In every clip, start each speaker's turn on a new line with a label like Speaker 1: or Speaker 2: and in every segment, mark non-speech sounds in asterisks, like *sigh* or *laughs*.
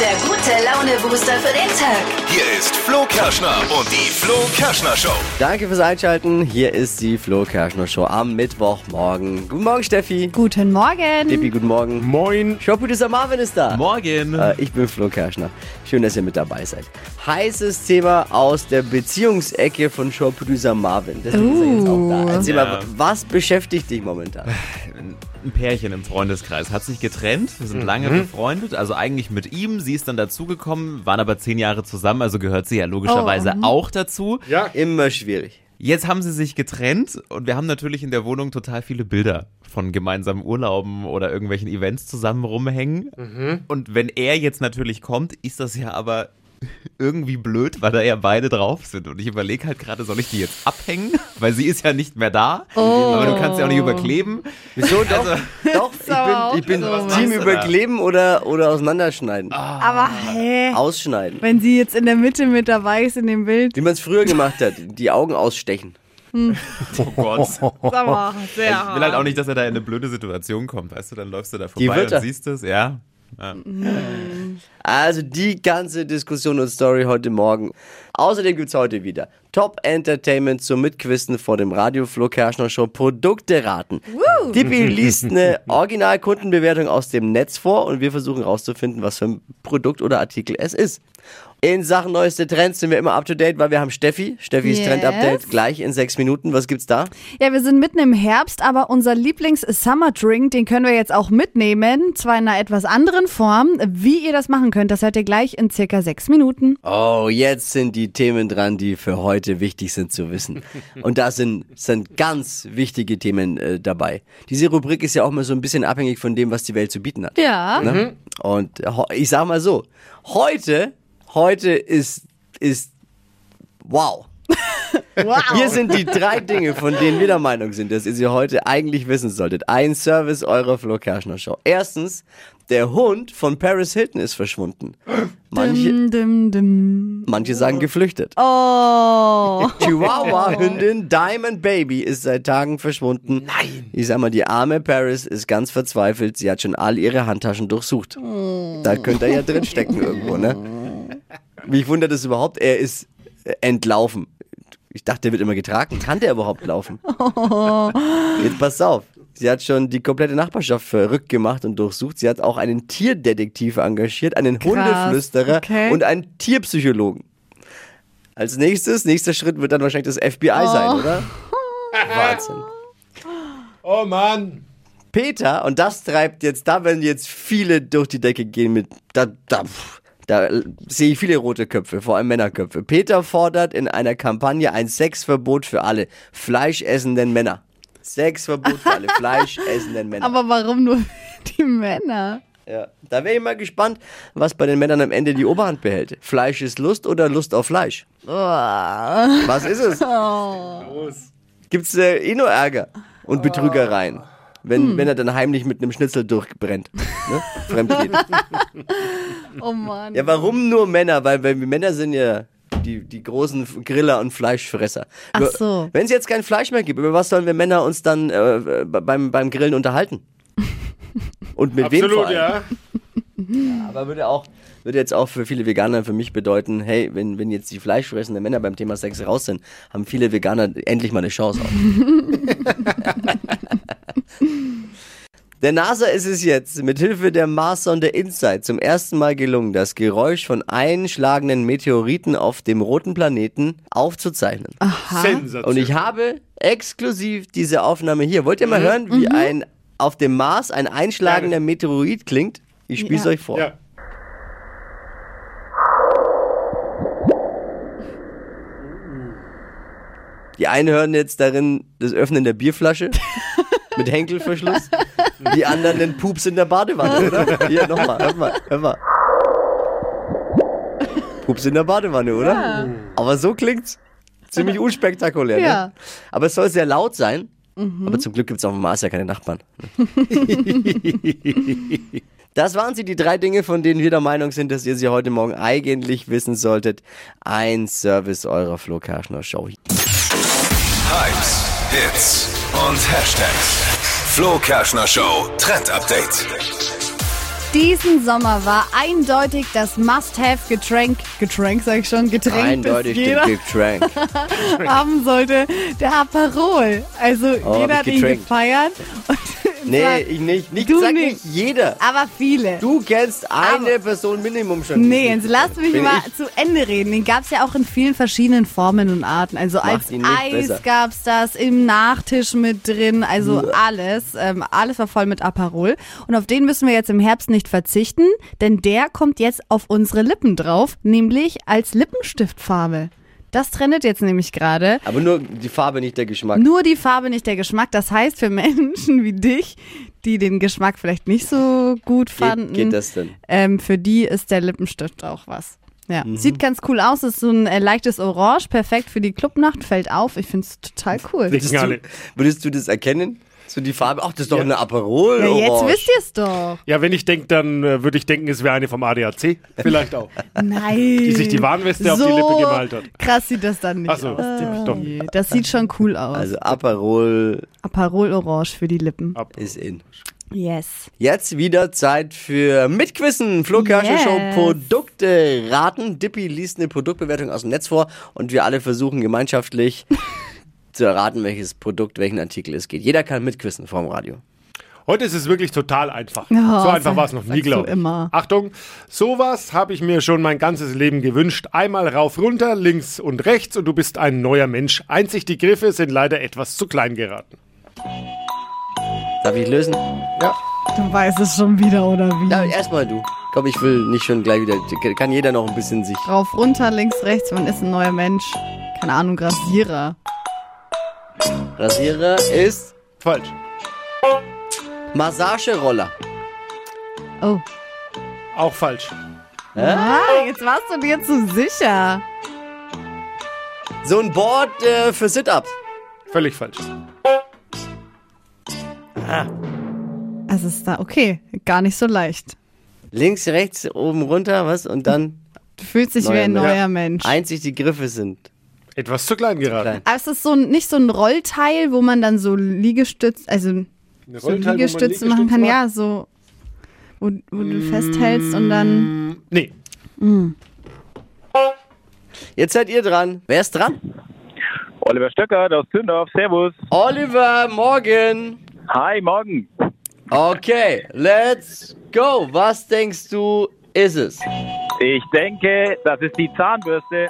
Speaker 1: der gute Laune-Booster für den Tag.
Speaker 2: Hier ist Flo Kerschner und die Flo Kerschner Show.
Speaker 3: Danke fürs Einschalten. Hier ist die Flo Kerschner Show am Mittwochmorgen. Guten Morgen, Steffi.
Speaker 4: Guten Morgen.
Speaker 3: Dippi, guten Morgen.
Speaker 5: Moin.
Speaker 3: Shoputisa Marvin ist da.
Speaker 5: Morgen.
Speaker 3: Äh, ich bin Flo Kerschner. Schön, dass ihr mit dabei seid. Heißes Thema aus der Beziehungsecke von Showproducer Marvin. Deswegen ist er jetzt auch da. Erzähl
Speaker 5: Ja.
Speaker 3: mal, was beschäftigt dich momentan?
Speaker 5: Ein Pärchen im Freundeskreis hat sich getrennt. Wir sind lange
Speaker 3: Mhm.
Speaker 5: befreundet, also eigentlich mit ihm. Sie ist dann dazugekommen, waren aber zehn Jahre zusammen, also gehört sie ja
Speaker 3: Oh,
Speaker 5: logischerweise
Speaker 3: mhm.
Speaker 5: auch dazu.
Speaker 6: Ja,
Speaker 3: Immer schwierig.
Speaker 5: Jetzt haben sie sich getrennt und wir haben natürlich in der Wohnung total viele Bilder von gemeinsamen Urlauben oder irgendwelchen Events zusammen rumhängen.
Speaker 3: Mhm.
Speaker 5: Und wenn er jetzt natürlich kommt, ist das ja aber irgendwie blöd, weil da ja beide drauf sind. Und ich überlege halt gerade, soll ich die jetzt abhängen? Weil sie ist ja nicht mehr da. Aber du kannst sie auch nicht überkleben.
Speaker 3: Oh.
Speaker 5: Also
Speaker 3: Wieso doch? doch,
Speaker 4: aber
Speaker 3: ich bin, ich bin
Speaker 4: auch so.
Speaker 3: Team
Speaker 5: Was machst du da?
Speaker 3: überkleben oder, oder auseinanderschneiden.
Speaker 4: Aber hä?
Speaker 3: Ausschneiden.
Speaker 4: Wenn sie jetzt in der Mitte mit dabei ist in dem Bild,
Speaker 3: Wie man es früher gemacht hat. Die Augen ausstechen.
Speaker 5: Oh Gott.
Speaker 4: sag mal, sehr
Speaker 5: Ich will halt auch nicht, dass er da in eine blöde Situation kommt, weißt du, dann läufst du da
Speaker 3: Die
Speaker 5: vorbei
Speaker 3: wird
Speaker 5: und
Speaker 3: er.
Speaker 5: siehst es, ja.
Speaker 3: Also die ganze Diskussion und Story heute Morgen. Außerdem gibt's heute wieder Top Entertainment zum Mitquisten vor dem Radio Flo Kerschner Show Produkte raten. Tippi liest eine Originalkundenbewertung aus dem Netz vor und wir versuchen rauszufinden, was für ein Produkt oder Artikel es ist. In Sachen neueste Trends sind wir immer up to date, weil wir haben Steffi. Steffis
Speaker 4: Yes.
Speaker 3: Trend-Update gleich in sechs Minuten. Was gibt's da?
Speaker 4: Ja, wir sind mitten im Herbst, aber unser Lieblings-Summer-Drink, den können wir jetzt auch mitnehmen. Zwar in einer etwas anderen Form. Wie ihr das machen könnt, das hört ihr gleich in circa sechs Minuten.
Speaker 3: Oh, jetzt sind die Themen dran, die für heute wichtig sind zu wissen. Und da sind, sind ganz wichtige Themen äh, dabei. Diese Rubrik ist ja auch mal so ein bisschen abhängig von dem, was die Welt zu bieten hat.
Speaker 4: Ja.
Speaker 3: Ne? Und ho- ich sag mal so, heute, heute ist, ist, wow. Hier sind die drei Dinge, von denen wir der Meinung sind, dass ihr sie heute eigentlich wissen solltet. Ein Service eurer Flo Kerschner Show. Erstens, der Hund von Paris Hilton ist verschwunden. Manche,
Speaker 4: Dim, dim, dim.
Speaker 3: manche sagen geflüchtet.
Speaker 4: Oh.
Speaker 3: Chihuahua-Hündin Diamond Baby ist seit Tagen verschwunden. Nein! Ich sag mal, die arme Paris ist ganz verzweifelt. Sie hat schon all ihre Handtaschen durchsucht. Da könnte er ja drinstecken irgendwo, ne? Mich wundert es überhaupt, er ist äh, entlaufen. Ich dachte, er wird immer getragen. Kann der überhaupt laufen? Jetzt pass auf. Sie hat schon die komplette Nachbarschaft verrückt gemacht und durchsucht. Sie hat auch einen Tierdetektiv engagiert, einen Hundeflüsterer
Speaker 4: okay.
Speaker 3: und einen Tierpsychologen. Als nächstes, nächster Schritt wird dann wahrscheinlich das FBI sein, oder? Wahnsinn.
Speaker 6: oh Mann.
Speaker 3: Peter, und das treibt jetzt, da werden jetzt viele durch die Decke gehen mit, da, da, pff, da äh, sehe ich viele rote Köpfe, vor allem Männerköpfe. Peter fordert in einer Kampagne ein Sexverbot für alle fleischessenden Männer. Sexverbot für alle fleischessenden Männer.
Speaker 4: *laughs* Aber warum nur *laughs* die Männer?
Speaker 3: ja. Da wäre ich mal gespannt, was bei den Männern am Ende die Oberhand behält. Fleisch ist Lust oder Lust auf Fleisch?
Speaker 4: Oh.
Speaker 3: Was ist es? Gibt's äh, eh nur Ärger und Betrügereien. Wenn, wenn er dann heimlich mit einem Schnitzel durchbrennt. Ne? Fremdgeht.
Speaker 4: Oh Mann.
Speaker 3: Ja, warum nur Männer? Weil, weil wir Männer sind ja die, die großen Griller und Fleischfresser.
Speaker 4: Ach
Speaker 3: Über-
Speaker 4: so.
Speaker 3: Wenn es jetzt kein Fleisch mehr gibt, über was sollen wir Männer uns dann äh, äh, beim, beim Grillen
Speaker 4: *laughs*
Speaker 3: unterhalten? Und mit wem vor
Speaker 6: Absolut,
Speaker 3: allem?
Speaker 6: ja.
Speaker 3: Aber würde auch würde jetzt auch für viele Veganer für mich bedeuten, hey, wenn, wenn jetzt die fleischfressenden Männer beim Thema Sex raus sind, haben viele Veganer endlich mal eine Chance
Speaker 4: *laughs*
Speaker 3: auf. Der NASA ist es jetzt mit Hilfe der Marssonde InSight zum ersten Mal gelungen, das Geräusch von einschlagenden Meteoriten auf dem roten Planeten aufzuzeichnen.
Speaker 6: Sensation.
Speaker 3: Und ich habe exklusiv diese Aufnahme hier. Wollt ihr mal hören, wie ein auf dem Mars ein einschlagender Meteorit klingt? Ich spiel's
Speaker 4: Ja.
Speaker 3: euch vor.
Speaker 6: ja.
Speaker 3: Die einen hören jetzt darin das Öffnen der Bierflasche mit Henkelverschluss. Die anderen den Pups in der Badewanne, oder? Hier, nochmal, hör mal, hör mal. Pups in der Badewanne, oder? Aber so klingt's. Ziemlich unspektakulär,
Speaker 4: Ja.
Speaker 3: ne?
Speaker 4: Mhm.
Speaker 3: Aber es soll sehr laut sein. Aber zum Glück gibt's auf dem Mars ja keine Nachbarn. *laughs* Das waren sie, die drei Dinge, von denen wir der Meinung sind, dass ihr sie heute Morgen eigentlich wissen solltet. Ein Service eurer Flo Kerschner Show.
Speaker 2: Hypes, Hits und Hashtags. Flo Kerschner Show Trend Update.
Speaker 4: Diesen Sommer war eindeutig das Must-Have-Getränk, Getränk sag ich schon, Getränk,
Speaker 3: Eindeutig
Speaker 4: das
Speaker 3: den
Speaker 4: jeder
Speaker 3: Big
Speaker 4: *laughs*
Speaker 3: Trank.
Speaker 4: haben sollte, der Aperol. Also
Speaker 3: Oh,
Speaker 4: jeder
Speaker 3: hab
Speaker 4: hat
Speaker 3: ich
Speaker 4: ihn
Speaker 3: getränkt.
Speaker 4: gefeiert. Und zwar-
Speaker 3: Nee, ich nicht. nicht
Speaker 4: Du
Speaker 3: sag
Speaker 4: nicht.
Speaker 3: nicht jeder.
Speaker 4: aber viele.
Speaker 3: Du kennst eine Person Minimum schon. die
Speaker 4: Nee,
Speaker 3: es
Speaker 4: jetzt
Speaker 3: nicht
Speaker 4: lass mich
Speaker 3: Bin
Speaker 4: mal
Speaker 3: ich?
Speaker 4: zu Ende reden. Den gab es ja auch in vielen verschiedenen Formen und Arten. Also als
Speaker 3: ihn nicht
Speaker 4: Eis
Speaker 3: besser.
Speaker 4: gab es das, im Nachtisch mit drin, also alles. Ähm, alles war voll mit Aperol. Und auf den müssen wir jetzt im Herbst nicht verzichten, denn der kommt jetzt auf unsere Lippen drauf, nämlich als Lippenstiftfarbe. Das trendet jetzt nämlich gerade.
Speaker 3: Aber nur die Farbe, nicht der Geschmack.
Speaker 4: Nur die Farbe, nicht der Geschmack. Das heißt, für *laughs* Menschen wie dich, die den Geschmack vielleicht nicht so gut fanden,
Speaker 3: geht, geht das denn?
Speaker 4: ähm, für die ist der Lippenstift auch was. Ja.
Speaker 3: Mhm.
Speaker 4: Sieht ganz cool aus, ist so ein äh, leichtes Orange, perfekt für die Clubnacht, fällt auf. Ich finde es total cool.
Speaker 6: Kriegen alle.
Speaker 3: Würdest du das erkennen? So die Farbe, ach, das ist doch eine Aperol.
Speaker 4: Ja, jetzt
Speaker 3: Orange.
Speaker 4: wisst ihr es
Speaker 3: *laughs*
Speaker 4: doch.
Speaker 6: Ja, wenn ich denke, dann äh, würde ich denken, es wäre eine vom ADAC.
Speaker 4: *laughs*
Speaker 6: Vielleicht auch.
Speaker 4: Nein.
Speaker 6: Die sich die Warnweste auf die
Speaker 4: So
Speaker 6: Lippe gemalt hat.
Speaker 4: Krass sieht das dann nicht
Speaker 6: Ach so,
Speaker 4: aus.
Speaker 6: doch.
Speaker 4: Nee, Das sieht schon cool aus.
Speaker 3: Also Aperol
Speaker 4: Aperol Orange für die Lippen.
Speaker 3: ist in.
Speaker 4: Yes.
Speaker 3: Jetzt wieder Zeit für Mitquissen. Flo Kerschner
Speaker 4: Yes.
Speaker 3: Show Produkte raten. Dippy liest eine Produktbewertung aus dem Netz vor und wir alle versuchen
Speaker 4: *laughs*
Speaker 3: gemeinschaftlich zu erraten, welches Produkt, welchen Artikel es geht. Jeder kann mitquissen vorm Radio.
Speaker 6: Heute ist es wirklich total einfach.
Speaker 4: Oh,
Speaker 6: so einfach
Speaker 4: sag-
Speaker 6: war es noch nie,
Speaker 4: sagst du
Speaker 6: glaube ich.
Speaker 4: immer.
Speaker 6: Achtung, sowas habe ich mir schon mein ganzes Leben gewünscht. Einmal rauf, runter, links und rechts und du bist ein neuer Mensch. Einzig die Griffe sind leider etwas zu klein geraten.
Speaker 3: Darf ich lösen?
Speaker 4: Du weißt es schon wieder, oder wie?
Speaker 3: Ja, erstmal du. Komm, ich will nicht schon gleich wieder. Kann jeder noch ein bisschen sich.
Speaker 4: Rauf, runter, links, rechts, man ist ein neuer Mensch. Keine Ahnung, Rasierer.
Speaker 3: Rasierer ist
Speaker 6: Falsch.
Speaker 3: Massageroller.
Speaker 4: Oh.
Speaker 6: Auch falsch. Oh.
Speaker 4: Ah, jetzt warst du dir zu sicher.
Speaker 3: So ein Board äh, für Sit-Ups.
Speaker 6: Völlig falsch.
Speaker 4: Also ist da okay, gar nicht so leicht.
Speaker 3: Links, rechts, oben, runter, was? Und dann
Speaker 4: Du fühlst dich wie
Speaker 3: Neuer
Speaker 4: ein
Speaker 3: Mensch.
Speaker 4: neuer
Speaker 6: Ja.
Speaker 4: Mensch.
Speaker 3: einzig die Griffe sind.
Speaker 6: Etwas zu klein geraten.
Speaker 3: Klein.
Speaker 4: Aber es ist so ein, nicht so ein Rollteil, wo man dann so Liegestütz, also
Speaker 6: Eine
Speaker 4: so
Speaker 6: Rollteil, wo man
Speaker 4: Liegestütze machen kann, ja, so wo, wo du festhältst und dann
Speaker 6: Nee,
Speaker 3: Jetzt seid ihr dran. Wer ist dran?
Speaker 7: Oliver Stöckert aus Zündorf, Servus.
Speaker 3: Oliver, morgen.
Speaker 7: Hi, morgen.
Speaker 3: Okay, let's go. Was denkst du, ist es?
Speaker 7: Ich denke, das ist die Zahnbürste.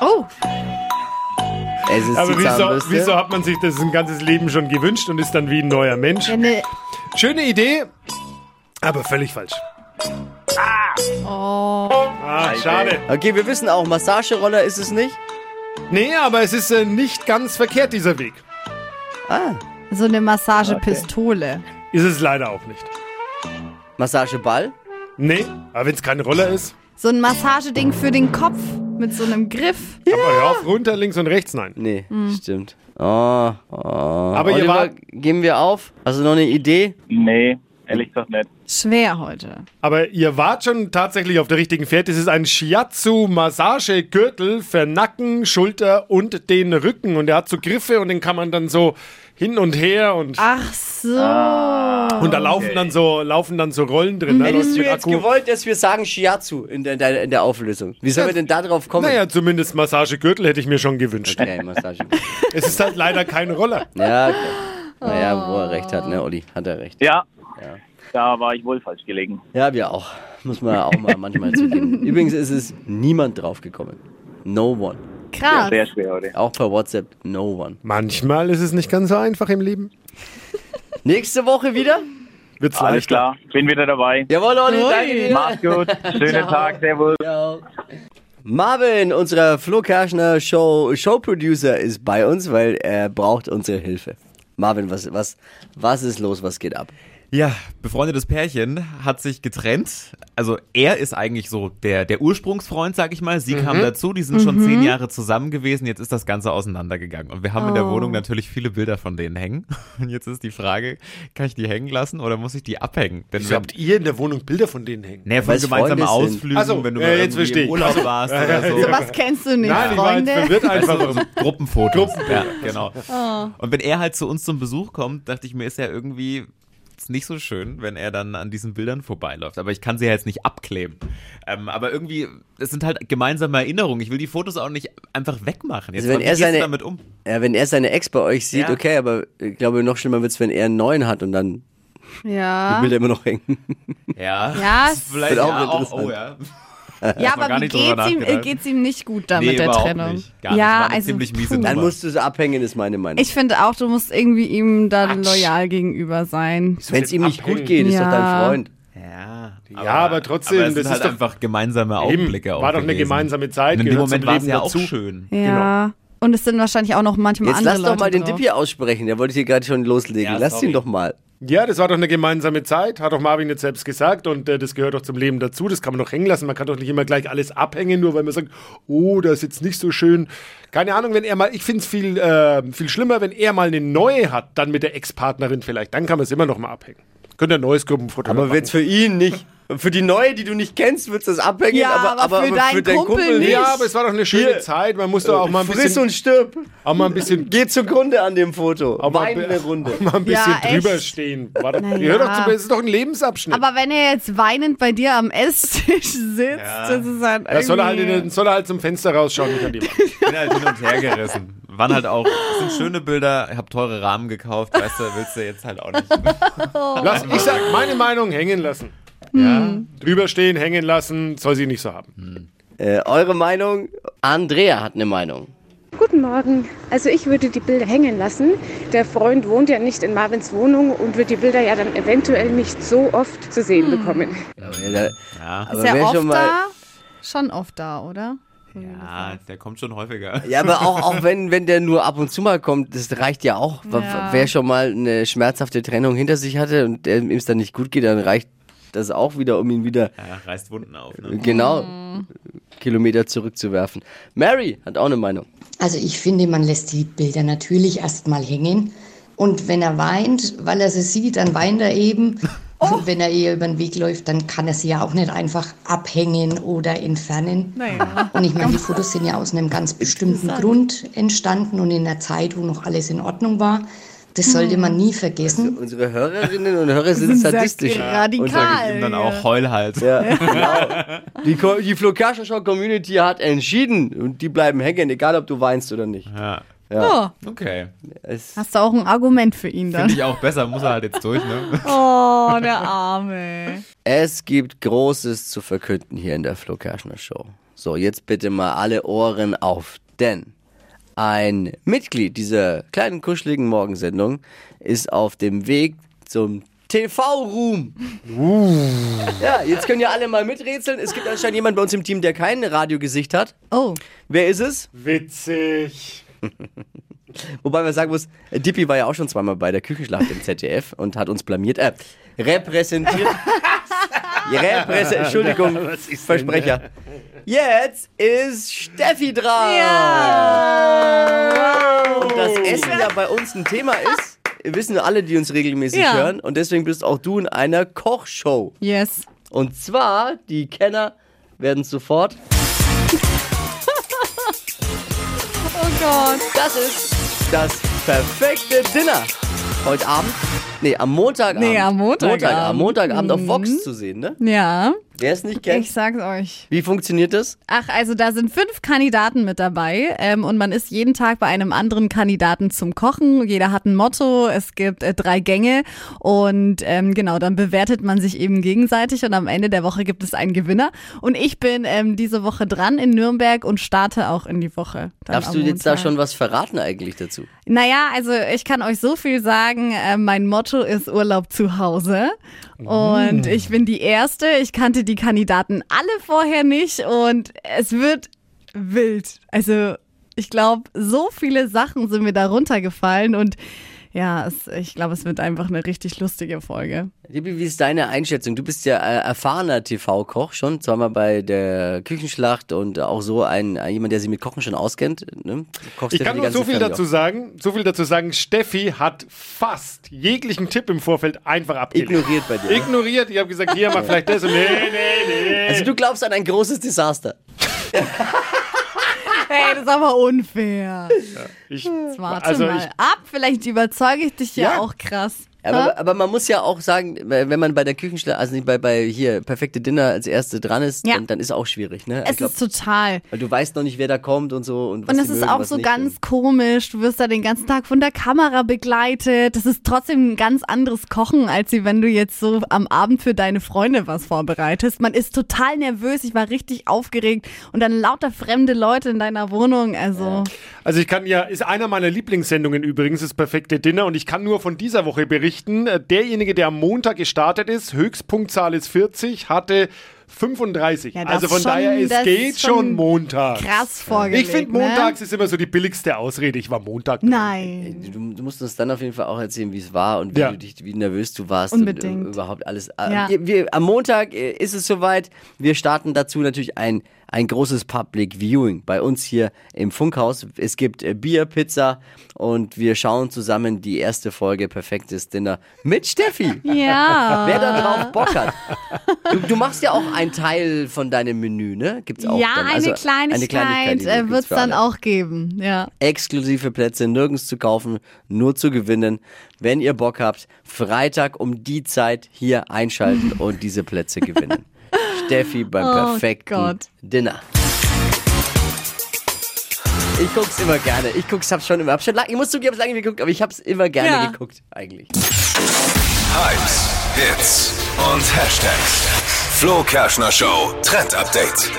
Speaker 4: Oh,
Speaker 3: Es ist
Speaker 6: aber
Speaker 3: die
Speaker 6: wieso,
Speaker 3: Zahnbürste.
Speaker 6: wieso hat man sich das ein ganzes Leben schon gewünscht und ist dann wie ein neuer Mensch?
Speaker 4: ja, ne,
Speaker 6: Schöne Idee, aber völlig falsch.
Speaker 4: oh.
Speaker 6: Ah, schade.
Speaker 3: Okay, wir wissen auch, Massageroller ist es nicht.
Speaker 6: Nee, aber es ist äh, nicht ganz verkehrt, dieser Weg.
Speaker 3: Ah,
Speaker 4: So eine Massagepistole.
Speaker 6: Ist es leider auch nicht.
Speaker 3: Massageball.
Speaker 6: Nee, aber wenn es kein Roller ist,
Speaker 4: So ein Massageding für den Kopf mit so einem Griff.
Speaker 6: aber hör auf, runter, links und rechts, nein.
Speaker 3: Nee, stimmt. Oh, oh. Aber
Speaker 6: ihr
Speaker 3: Oliver,
Speaker 6: wart-
Speaker 3: geben wir auf. Hast du noch eine Idee?
Speaker 7: Nee, ehrlich gesagt nicht.
Speaker 4: Schwer heute.
Speaker 6: Aber ihr wart schon tatsächlich auf der richtigen Fährte. Es ist ein Shiatsu-Massagegürtel für Nacken, Schulter und den Rücken. Und er hat so Griffe und den kann man dann so hin und her und,
Speaker 3: Ah.
Speaker 4: Ach so.
Speaker 6: Ah. und da laufen dann so laufen dann so Rollen drin. ne?
Speaker 3: Hättest du
Speaker 6: Mit
Speaker 3: jetzt
Speaker 6: Akku.
Speaker 3: gewollt, dass wir sagen Shiatsu in der, in der, in der Auflösung? Wie sollen wir denn da drauf kommen? *laughs*
Speaker 6: Naja, zumindest Massagegürtel hätte ich mir schon gewünscht.
Speaker 3: Okay, Massage.
Speaker 6: es ist halt leider kein Roller.
Speaker 3: Ja, okay. naja, wo er recht hat, ne, Olli? Hat er recht.
Speaker 7: Ja, da war ich wohl falsch gelegen.
Speaker 3: Ja, wir auch. Muss man ja auch mal manchmal zugeben. Übrigens ist es niemand draufgekommen. No one.
Speaker 4: Krass.
Speaker 7: Sehr schwer heute.
Speaker 3: Auch per WhatsApp, no one.
Speaker 6: Manchmal ist es nicht ganz so einfach im Leben.
Speaker 3: Nächste Woche wieder?
Speaker 6: Wird's
Speaker 7: Alles
Speaker 6: leichter.
Speaker 7: klar, bin wieder dabei.
Speaker 3: Jawohl, Olli, danke dir.
Speaker 7: Macht's gut, schönen Tag, Servus.
Speaker 3: Marvin, unser Flo Kerschner Show Showproducer ist bei uns, weil er braucht unsere Hilfe. Marvin, was, was, was ist los? Was geht ab?
Speaker 5: Ja, befreundetes Pärchen hat sich getrennt. Also er ist eigentlich so der, der Ursprungsfreund, sag ich mal. Sie kam dazu, die sind schon zehn Jahre zusammen gewesen. Jetzt ist das Ganze auseinandergegangen. Und wir haben in der
Speaker 4: Oh.
Speaker 5: Wohnung natürlich viele Bilder von denen hängen. *laughs* Und jetzt ist die Frage, kann ich die hängen lassen oder muss ich die abhängen? Denn
Speaker 6: Wieso habt ihr in der Wohnung Bilder von denen hängen?
Speaker 5: Nee, von
Speaker 3: Weil's
Speaker 5: gemeinsamen
Speaker 3: Freunde sind.
Speaker 5: Ausflügen,
Speaker 6: Ach so,
Speaker 5: wenn du
Speaker 6: äh,
Speaker 5: mal
Speaker 6: jetzt
Speaker 5: irgendwie
Speaker 6: verstehe
Speaker 5: im
Speaker 6: ich.
Speaker 5: Urlaub
Speaker 6: Ach so.
Speaker 5: warst oder so.
Speaker 4: Sowas kennst du nicht,
Speaker 6: Nein, ich war jetzt
Speaker 4: Freunde.
Speaker 6: verwirrt einfach.
Speaker 5: Also so
Speaker 6: warum.
Speaker 5: Gruppenfotos. Ja, genau. Und wenn er halt zu uns zum Besuch kommt, dachte ich mir, ist ja irgendwie Ist nicht so schön, wenn er dann an diesen Bildern vorbeiläuft. Aber ich kann sie ja jetzt nicht abkleben. Ähm, aber irgendwie, es sind halt gemeinsame Erinnerungen. Ich will die Fotos auch nicht einfach wegmachen. Jetzt
Speaker 3: Also wenn
Speaker 5: wie
Speaker 3: er
Speaker 5: gehst du
Speaker 3: seine-
Speaker 5: damit um.
Speaker 3: Ja, wenn er seine Ex bei euch sieht,
Speaker 5: Ja.
Speaker 3: okay, aber ich glaube, noch schlimmer wird's, wenn er einen neuen hat und dann die
Speaker 4: Ja.
Speaker 3: Bilder immer noch hängen.
Speaker 5: Ja,
Speaker 4: Ja,
Speaker 5: Das ist vielleicht
Speaker 3: wird auch
Speaker 5: ja, auch,
Speaker 3: interessant.
Speaker 5: oh ja.
Speaker 4: Ja,
Speaker 5: Hab mal
Speaker 4: aber
Speaker 5: gar
Speaker 4: wie
Speaker 5: nicht drüber
Speaker 4: geht's ihm, äh,
Speaker 5: nachgedacht.
Speaker 4: geht's ihm nicht gut da
Speaker 5: Nee,
Speaker 4: mit der
Speaker 5: überhaupt
Speaker 4: Trennung?
Speaker 5: nicht. Gar nicht.
Speaker 4: Ja,
Speaker 5: War eine
Speaker 4: also
Speaker 5: ziemlich miese
Speaker 4: puh.
Speaker 5: Nummer.
Speaker 3: Dann musst du so abhängen, ist meine Meinung.
Speaker 4: Ich finde auch, du musst irgendwie ihm dann loyal gegenüber sein.
Speaker 3: Wenn es ihm nicht
Speaker 6: abhängen.
Speaker 3: gut geht, ist doch dein
Speaker 4: Ja.
Speaker 3: Freund.
Speaker 5: Ja,
Speaker 6: aber trotzdem,
Speaker 5: aber es
Speaker 6: das
Speaker 5: sind halt
Speaker 6: ist doch-
Speaker 5: einfach gemeinsame
Speaker 6: Eben,
Speaker 5: Augenblicke auch
Speaker 6: war doch eine
Speaker 5: gewesen.
Speaker 6: gemeinsame Zeit.
Speaker 5: Und in dem
Speaker 6: gehört zum
Speaker 5: Moment war es
Speaker 6: Leben
Speaker 5: ja
Speaker 6: dazu.
Speaker 5: auch schön.
Speaker 4: Ja.
Speaker 5: Genau.
Speaker 4: Und es sind wahrscheinlich auch noch manchmal
Speaker 3: Jetzt
Speaker 4: andere
Speaker 3: lass doch
Speaker 4: Leute
Speaker 3: mal den
Speaker 4: drauf.
Speaker 3: Tipp hier aussprechen, der wollte ich hier gerade schon loslegen.
Speaker 5: Ja,
Speaker 3: lass
Speaker 5: sorry.
Speaker 3: ihn doch mal.
Speaker 6: Ja, das war doch eine gemeinsame Zeit, hat doch Marvin jetzt selbst gesagt und äh, das gehört doch zum Leben dazu, das kann man doch hängen lassen, man kann doch nicht immer gleich alles abhängen, nur weil man sagt, oh, das ist jetzt nicht so schön. Keine Ahnung, wenn er mal, ich finde es viel, äh, viel schlimmer, wenn er mal eine neue hat, dann mit der Ex-Partnerin vielleicht, dann kann man es immer noch mal abhängen. Könnte ein neues Gruppenfoto
Speaker 3: Aber
Speaker 6: machen.
Speaker 3: wird's für ihn nicht. Für die neue, die du nicht kennst, wird's das abhängen,
Speaker 4: Ja,
Speaker 3: aber,
Speaker 4: aber für deinen Kumpel nicht.
Speaker 6: Ja, aber es war doch eine schöne
Speaker 3: Hier. äh,
Speaker 6: Zeit, man muss doch auch mal ein
Speaker 3: Friss
Speaker 6: bisschen,
Speaker 3: und stirb.
Speaker 6: auch mal ein bisschen,
Speaker 3: Geh zugrunde an dem Foto.
Speaker 6: auch mal,
Speaker 3: Wein eine Runde.
Speaker 6: *laughs* Auch mal ein bisschen
Speaker 4: Ja, echt.
Speaker 6: drüber stehen. War doch,
Speaker 4: Na
Speaker 6: gehört
Speaker 4: ja.
Speaker 6: doch zum, es ist doch ein Lebensabschnitt.
Speaker 4: Aber wenn er jetzt weinend bei dir am Esstisch sitzt, das ist halt
Speaker 6: das soll er, halt in,
Speaker 4: irgendwie-
Speaker 6: den- soll er halt zum Fenster rausschauen, nicht an die Wand.
Speaker 5: Ich bin halt hin und her gerissen. Waren halt auch, es sind schöne Bilder, ich habe teure Rahmen gekauft, weißt du, willst du jetzt halt
Speaker 3: *laughs*
Speaker 5: auch nicht.
Speaker 4: Oh.
Speaker 6: Lass, ich sag meine Meinung hängen lassen.
Speaker 5: Ja.
Speaker 4: Hm.
Speaker 6: Drüber stehen, hängen lassen, soll sie nicht so haben.
Speaker 3: Äh, eure Meinung? Andrea hat eine Meinung.
Speaker 8: Guten Morgen. Also ich würde die Bilder hängen lassen. Der Freund wohnt ja nicht in Marvins Wohnung und wird die Bilder ja dann eventuell nicht so oft zu sehen
Speaker 9: Hm.
Speaker 8: bekommen.
Speaker 3: Ja,
Speaker 5: Ja.
Speaker 3: aber
Speaker 4: Ist
Speaker 3: wer
Speaker 4: er oft
Speaker 3: schon mal,
Speaker 4: da? Schon oft da, oder?
Speaker 5: ja, der kommt schon häufiger.
Speaker 3: Ja, aber auch, auch wenn, wenn der nur ab und zu mal kommt, das reicht ja auch. W-
Speaker 4: Ja.
Speaker 3: Wer schon mal eine schmerzhafte Trennung hinter sich hatte und der- ihm es dann nicht gut geht, dann reicht das auch wieder, um ihn wieder
Speaker 5: Ja, reißt Wunden auf. Ne?
Speaker 3: genau
Speaker 4: Mhm.
Speaker 3: Kilometer zurückzuwerfen. Mary hat auch eine Meinung.
Speaker 9: Also ich finde, man lässt die Bilder natürlich erstmal hängen. Und wenn er weint, weil er sie sieht, dann weint er eben.
Speaker 8: Oh.
Speaker 9: Und wenn er ihr über den Weg läuft, dann kann er sie ja auch nicht einfach abhängen oder entfernen.
Speaker 4: *laughs* Naja.
Speaker 9: Und ich meine, die Fotos sind ja aus einem ganz bestimmten Grund entstanden und in einer Zeit, wo noch alles in Ordnung war. Das sollte man nie vergessen.
Speaker 3: Unsere Hörerinnen und Hörer
Speaker 4: *laughs*
Speaker 3: sind statistisch.
Speaker 5: Sag ich
Speaker 4: radikal.
Speaker 5: ihm dann auch, heul halt.
Speaker 3: Ja, genau. Die, Ko- die Flo Kerschner Show Community hat entschieden und die bleiben hängen, egal ob du weinst oder nicht.
Speaker 5: Ja.
Speaker 4: Oh,
Speaker 5: Okay.
Speaker 3: Es,
Speaker 4: hast du auch ein Argument für ihn
Speaker 5: Finde
Speaker 4: dann?
Speaker 5: ich auch besser, muss er halt jetzt durch, ne?
Speaker 4: Oh, der Arme.
Speaker 3: Es gibt Großes zu verkünden hier in der Flo Kerschner Show. So, jetzt bitte mal alle Ohren auf, denn ein Mitglied dieser kleinen kuscheligen Morgensendung ist auf dem Weg zum TV-Ruhm. Ja, jetzt können ja alle mal miträtseln. Es gibt anscheinend jemanden bei uns im Team, der kein Radiogesicht hat.
Speaker 4: Oh,
Speaker 3: Wer ist es?
Speaker 6: Witzig.
Speaker 3: *laughs* Wobei man sagen muss, Dippy war ja auch schon zweimal bei der Küchenschlacht im ZDF und hat uns blamiert. Äh, repräsentiert. Repräse Entschuldigung, Versprecher. Jetzt ist Steffi dran. Und das Essen ja bei uns ein Thema ist, wissen alle, die uns regelmäßig
Speaker 4: Ja.
Speaker 3: hören. Und deswegen bist auch du in einer Kochshow.
Speaker 4: yes.
Speaker 3: Und zwar, die Kenner werden sofort
Speaker 4: Oh Gott.
Speaker 3: Das ist das perfekte Dinner. Heute Abend? Nee, am Montagabend.
Speaker 4: Nee, am Montagabend.
Speaker 3: Montagabend, Montagabend auf Vox zu sehen, ne?
Speaker 4: Ja,
Speaker 3: Wer es nicht
Speaker 4: ich
Speaker 3: kennt.
Speaker 4: sag's euch.
Speaker 3: Wie funktioniert das?
Speaker 4: Ach, also da sind fünf Kandidaten mit dabei ähm, und man ist jeden Tag bei einem anderen Kandidaten zum Kochen. Jeder hat ein Motto, es gibt äh, drei Gänge und ähm, genau, dann bewertet man sich eben gegenseitig und am Ende der Woche gibt es einen Gewinner. Und ich bin ähm, diese Woche dran in Nürnberg und starte auch in die Woche. dann
Speaker 3: Darfst du
Speaker 4: am
Speaker 3: jetzt da
Speaker 4: Montag.
Speaker 3: schon was verraten eigentlich dazu?
Speaker 4: Naja, also ich kann euch so viel sagen. Äh, mein Motto ist Urlaub zu Hause.
Speaker 6: Mm.
Speaker 4: Und ich bin die Erste. Ich kannte die Kandidaten alle vorher nicht. Und es wird wild. Also ich glaube, so viele Sachen sind mir da runtergefallen. Und ja, es, ich glaube, es wird einfach eine richtig lustige Folge.
Speaker 3: Liebe, wie ist deine Einschätzung? Du bist ja äh, erfahrener TV-Koch schon, zweimal bei der Küchenschlacht und auch so ein, ein jemand, der sich mit Kochen schon auskennt. Ne? Du kochst
Speaker 6: Ich
Speaker 3: ja für
Speaker 6: kann
Speaker 3: die
Speaker 6: nur
Speaker 3: ganze
Speaker 6: so viel
Speaker 3: Family
Speaker 6: dazu
Speaker 3: auch.
Speaker 6: sagen, so viel dazu sagen, Steffi hat fast jeglichen Tipp im Vorfeld einfach abgelehnt.
Speaker 3: Ignoriert bei dir. ne?
Speaker 6: Ignoriert, ich habe gesagt, hier mach
Speaker 4: *laughs*
Speaker 6: vielleicht das und nee, nee, nee.
Speaker 3: also du glaubst an ein großes Desaster.
Speaker 4: Hey, das ist aber unfair.
Speaker 6: Ich,
Speaker 4: Warte
Speaker 6: also
Speaker 4: mal
Speaker 6: ich,
Speaker 4: ab. Vielleicht überzeuge ich dich ja,
Speaker 6: Ja.
Speaker 4: auch krass.
Speaker 3: Aber, aber man muss ja auch sagen, wenn man bei der Küchenschlacht, also nicht bei, bei hier perfekte Dinner als erste dran ist,
Speaker 4: Ja.
Speaker 3: dann, dann ist auch schwierig, ne?
Speaker 4: Es
Speaker 3: Ich glaub,
Speaker 4: ist total.
Speaker 3: weil du weißt noch nicht, wer da kommt und so und was
Speaker 4: Und
Speaker 3: die
Speaker 4: es ist
Speaker 3: mögen,
Speaker 4: auch
Speaker 3: was
Speaker 4: so
Speaker 3: nicht.
Speaker 4: ganz komisch. Du wirst da den ganzen Tag von der Kamera begleitet. Das ist trotzdem ein ganz anderes Kochen, als wie wenn du jetzt so am Abend für deine Freunde was vorbereitest. Man ist total nervös. Ich war richtig aufgeregt. Und dann lauter fremde Leute in deiner Wohnung. Also,
Speaker 6: Also ich kann ja, ist einer meiner Lieblingssendungen übrigens, das perfekte Dinner. Und ich kann nur von dieser Woche berichten. Äh, Derjenige, der am Montag gestartet ist, Höchstpunktzahl ist 40, hatte 35.
Speaker 4: Ja, das
Speaker 6: also von
Speaker 4: schon-
Speaker 6: daher, es
Speaker 4: das
Speaker 6: geht
Speaker 4: ist schon
Speaker 6: schon Montag.
Speaker 4: krass vorgelegt,
Speaker 6: Ich finde,
Speaker 4: ne?
Speaker 6: montags ist immer so die billigste Ausrede. Ich war Montag. drin.
Speaker 4: nein.
Speaker 3: *laughs* Du, du musst uns dann auf jeden Fall auch erzählen, wie es war und wie,
Speaker 6: Ja.
Speaker 3: du dich, wie nervös du warst und
Speaker 4: Unbedingt.
Speaker 3: äh, überhaupt alles.
Speaker 4: Ja.
Speaker 3: Ja. Wir, wir, am Montag äh, ist es soweit. Wir starten dazu natürlich ein, ein großes Public Viewing bei uns hier im Funkhaus. Es gibt äh, Bier, Pizza und wir schauen zusammen die erste Folge Perfektes Dinner mit Steffi.
Speaker 4: Ja.
Speaker 3: Wer da
Speaker 4: Äh.
Speaker 3: drauf Bock hat. Du, du machst ja auch einen Teil von deinem Menü, ne? Gibt's auch
Speaker 4: ja,
Speaker 3: dann.
Speaker 4: eine
Speaker 3: Also,
Speaker 4: Kleinigkeit,
Speaker 3: eine Kleinigkeit die
Speaker 4: äh,
Speaker 3: gibt's
Speaker 4: wird es
Speaker 3: für
Speaker 4: dann
Speaker 3: alle.
Speaker 4: auch geben. Ja.
Speaker 3: Exklusive Plätze nirgends zu kaufen, nur zu gewinnen. Wenn ihr Bock habt, Freitag um die Zeit hier einschalten und diese Plätze
Speaker 4: *laughs*
Speaker 3: gewinnen. Steffi beim
Speaker 4: Oh
Speaker 3: perfekten
Speaker 4: Gott.
Speaker 3: Dinner. Ich guck's immer gerne. Ich guck's, hab's schon immer, hab schon lange, ich muss zugeben, hab's lange geguckt, aber ich hab's immer gerne
Speaker 4: Ja.
Speaker 3: geguckt, eigentlich.
Speaker 2: Hypes, Hits und Hashtags. Flo Kerschner Show Trend Update.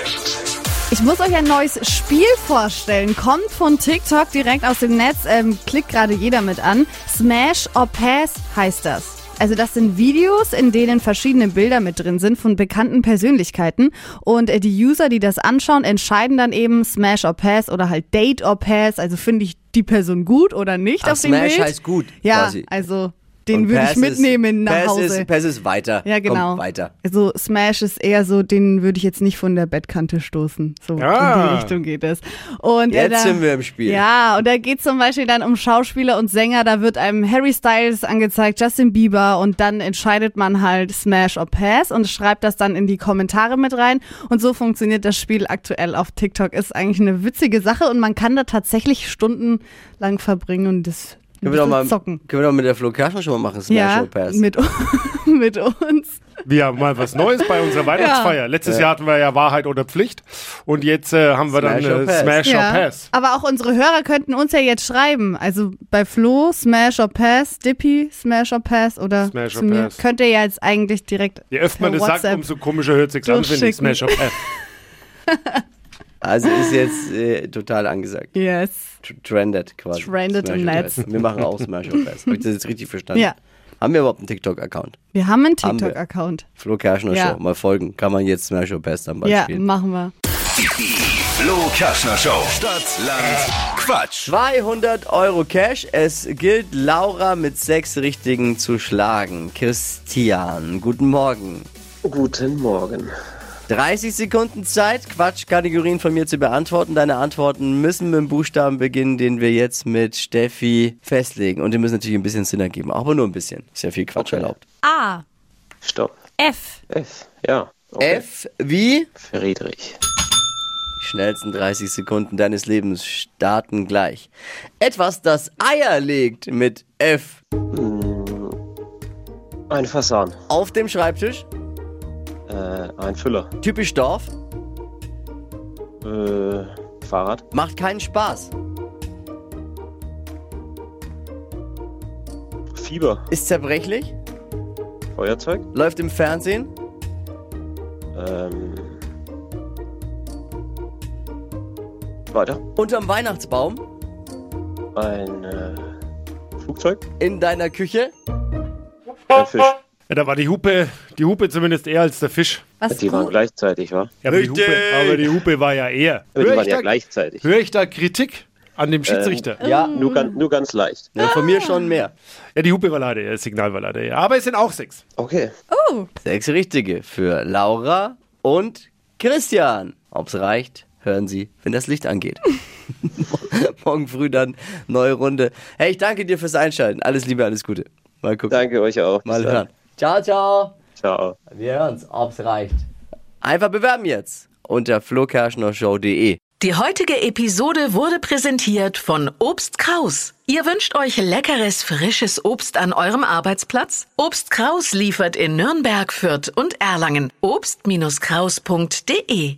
Speaker 4: Ich muss euch ein neues Spiel vorstellen. Kommt von TikTok direkt aus dem Netz. Ähm, klickt gerade jeder mit an. Smash or Pass heißt das. Also das sind Videos, in denen verschiedene Bilder mit drin sind von bekannten Persönlichkeiten. Und äh, die User, die das anschauen, entscheiden dann eben Smash or Pass oder halt Date or Pass. Also finde ich die Person gut oder nicht
Speaker 3: Ah,
Speaker 4: auf dem
Speaker 3: Smash
Speaker 4: Bild.
Speaker 3: heißt gut,
Speaker 4: Ja,
Speaker 3: quasi.
Speaker 4: also den
Speaker 3: Und
Speaker 4: würde
Speaker 3: Pass
Speaker 4: ich mitnehmen
Speaker 3: ist,
Speaker 4: nach
Speaker 3: Pass
Speaker 4: Hause.
Speaker 3: Ist, Pass ist weiter.
Speaker 4: Ja, genau.
Speaker 3: Kommt weiter.
Speaker 4: Also Smash ist eher so, den würde ich jetzt nicht von der Bettkante stoßen. So in
Speaker 6: Ah.
Speaker 4: die Richtung geht es. Und äh,
Speaker 3: Jetzt
Speaker 4: da-
Speaker 3: sind wir im Spiel.
Speaker 4: Ja, und da geht zum Beispiel dann um Schauspieler und Sänger. Da wird einem Harry Styles angezeigt, Justin Bieber und dann entscheidet man halt Smash or Pass und schreibt das dann in die Kommentare mit rein. Und so funktioniert das Spiel aktuell auf TikTok. Ist eigentlich eine witzige Sache und man kann da tatsächlich stundenlang verbringen und das ein
Speaker 3: Können wir, doch mal,
Speaker 4: bisschen zocken.
Speaker 3: können wir doch mit der Flo Kerschner schon mal machen, Smash
Speaker 4: Ja,
Speaker 3: or Pass.
Speaker 4: mit, *laughs* mit uns.
Speaker 6: Wir haben mal was Neues bei
Speaker 4: *laughs*
Speaker 6: unserer Weihnachtsfeier. Letztes Jahr hatten wir ja Wahrheit oder Pflicht. Und jetzt äh, haben wir
Speaker 3: Smash
Speaker 6: dann
Speaker 3: or
Speaker 6: äh,
Speaker 3: Pass.
Speaker 6: Smash
Speaker 4: Ja,
Speaker 6: or Pass.
Speaker 4: Aber auch unsere Hörer könnten uns ja jetzt schreiben. Also bei Flo, Smash or Pass, Dippy, Smash or Pass oder
Speaker 6: Smash or
Speaker 4: zu mir.
Speaker 6: Pass.
Speaker 4: Könnt ihr ja jetzt eigentlich direkt
Speaker 6: Je öfter man
Speaker 4: per
Speaker 6: das sagt,
Speaker 4: WhatsApp.
Speaker 6: umso komischer hört sich an, finde ich.
Speaker 4: durchschicken.
Speaker 6: Smash or Pass.
Speaker 3: Also ist jetzt äh, total angesagt.
Speaker 4: yes.
Speaker 3: Tr- Trended quasi.
Speaker 4: Trended
Speaker 3: Smash
Speaker 4: im
Speaker 3: or
Speaker 4: Netz.
Speaker 3: Pass. Wir machen auch Smash or
Speaker 4: *laughs*
Speaker 3: Pass. Habe ich das jetzt richtig verstanden?
Speaker 4: Ja.
Speaker 3: Haben wir überhaupt einen TikTok-Account?
Speaker 4: Wir haben einen
Speaker 3: Haben wir.
Speaker 4: TikTok-Account.
Speaker 3: Flo Kerschner
Speaker 4: Ja.
Speaker 3: Show. Mal folgen. Kann man jetzt Smash or Pass dann bald
Speaker 4: Ja,
Speaker 3: spielen.
Speaker 4: machen wir.
Speaker 2: Flo Kerschner Show. Stadt, Land, Quatsch.
Speaker 3: 200 Euro Cash. Es gilt, Laura mit sechs Richtigen zu schlagen. Christian, guten Morgen.
Speaker 10: Guten Morgen.
Speaker 3: 30 Sekunden Zeit, Quatschkategorien von mir zu beantworten. Deine Antworten müssen mit dem Buchstaben beginnen, den wir jetzt mit Steffi festlegen. Und die müssen natürlich ein bisschen Sinn ergeben, aber nur ein bisschen. Ist ja viel Quatsch erlaubt.
Speaker 4: A,
Speaker 10: Stopp.
Speaker 4: F,
Speaker 10: F. Ja. Okay.
Speaker 3: F wie?
Speaker 10: Friedrich.
Speaker 3: Die schnellsten 30 Sekunden deines Lebens starten gleich. Etwas, das Eier legt mit F.
Speaker 10: Ein Fasan.
Speaker 3: Auf dem Schreibtisch,
Speaker 10: Äh, ein Füller.
Speaker 3: typisch Dorf,
Speaker 10: Äh, Fahrrad.
Speaker 3: macht keinen Spaß.
Speaker 10: Fieber.
Speaker 3: Ist zerbrechlich,
Speaker 10: Feuerzeug.
Speaker 3: läuft im Fernsehen,
Speaker 10: Ähm. Weiter.
Speaker 3: unterm Weihnachtsbaum,
Speaker 10: Ein äh, Flugzeug.
Speaker 3: in deiner Küche.
Speaker 10: Ein Fisch.
Speaker 6: Ja, da war die Hupe, die Hupe zumindest eher als der Fisch.
Speaker 4: was
Speaker 10: Die waren
Speaker 4: gut.
Speaker 10: gleichzeitig, wa?
Speaker 6: Ja, aber, die
Speaker 3: Richtig.
Speaker 6: Hupe, aber die Hupe war ja eher.
Speaker 10: Aber die
Speaker 6: Hör
Speaker 10: waren
Speaker 6: ich,
Speaker 10: ja Ähm.
Speaker 6: da,
Speaker 10: gleichzeitig.
Speaker 6: hör ich da Kritik an dem Schiedsrichter?
Speaker 3: Ja,
Speaker 10: Nur, ganz, nur ganz leicht.
Speaker 3: ne, von mir schon mehr.
Speaker 6: Ja, die Hupe war leider eher, das Signal war leider eher. Aber es sind auch sechs.
Speaker 10: Okay.
Speaker 3: Sechs richtige für Laura und Christian. Ob's reicht, hören Sie, wenn das Licht
Speaker 10: *laughs*
Speaker 3: angeht. Morgen früh dann neue Runde. Hey, ich danke dir fürs Einschalten. Alles Liebe, alles Gute. Mal gucken,
Speaker 10: Danke euch auch. Bis
Speaker 3: mal
Speaker 10: dann.
Speaker 3: hören. Ciao, ciao.
Speaker 10: Ciao.
Speaker 3: Wir hören's, ob's reicht. Einfach bewerben jetzt unter flokerschnershow.de.
Speaker 11: Die heutige Episode wurde präsentiert von Obst Kraus. Ihr wünscht euch leckeres, frisches Obst an eurem Arbeitsplatz? Obst Kraus liefert in Nürnberg, Fürth und Erlangen. Obst-Kraus.de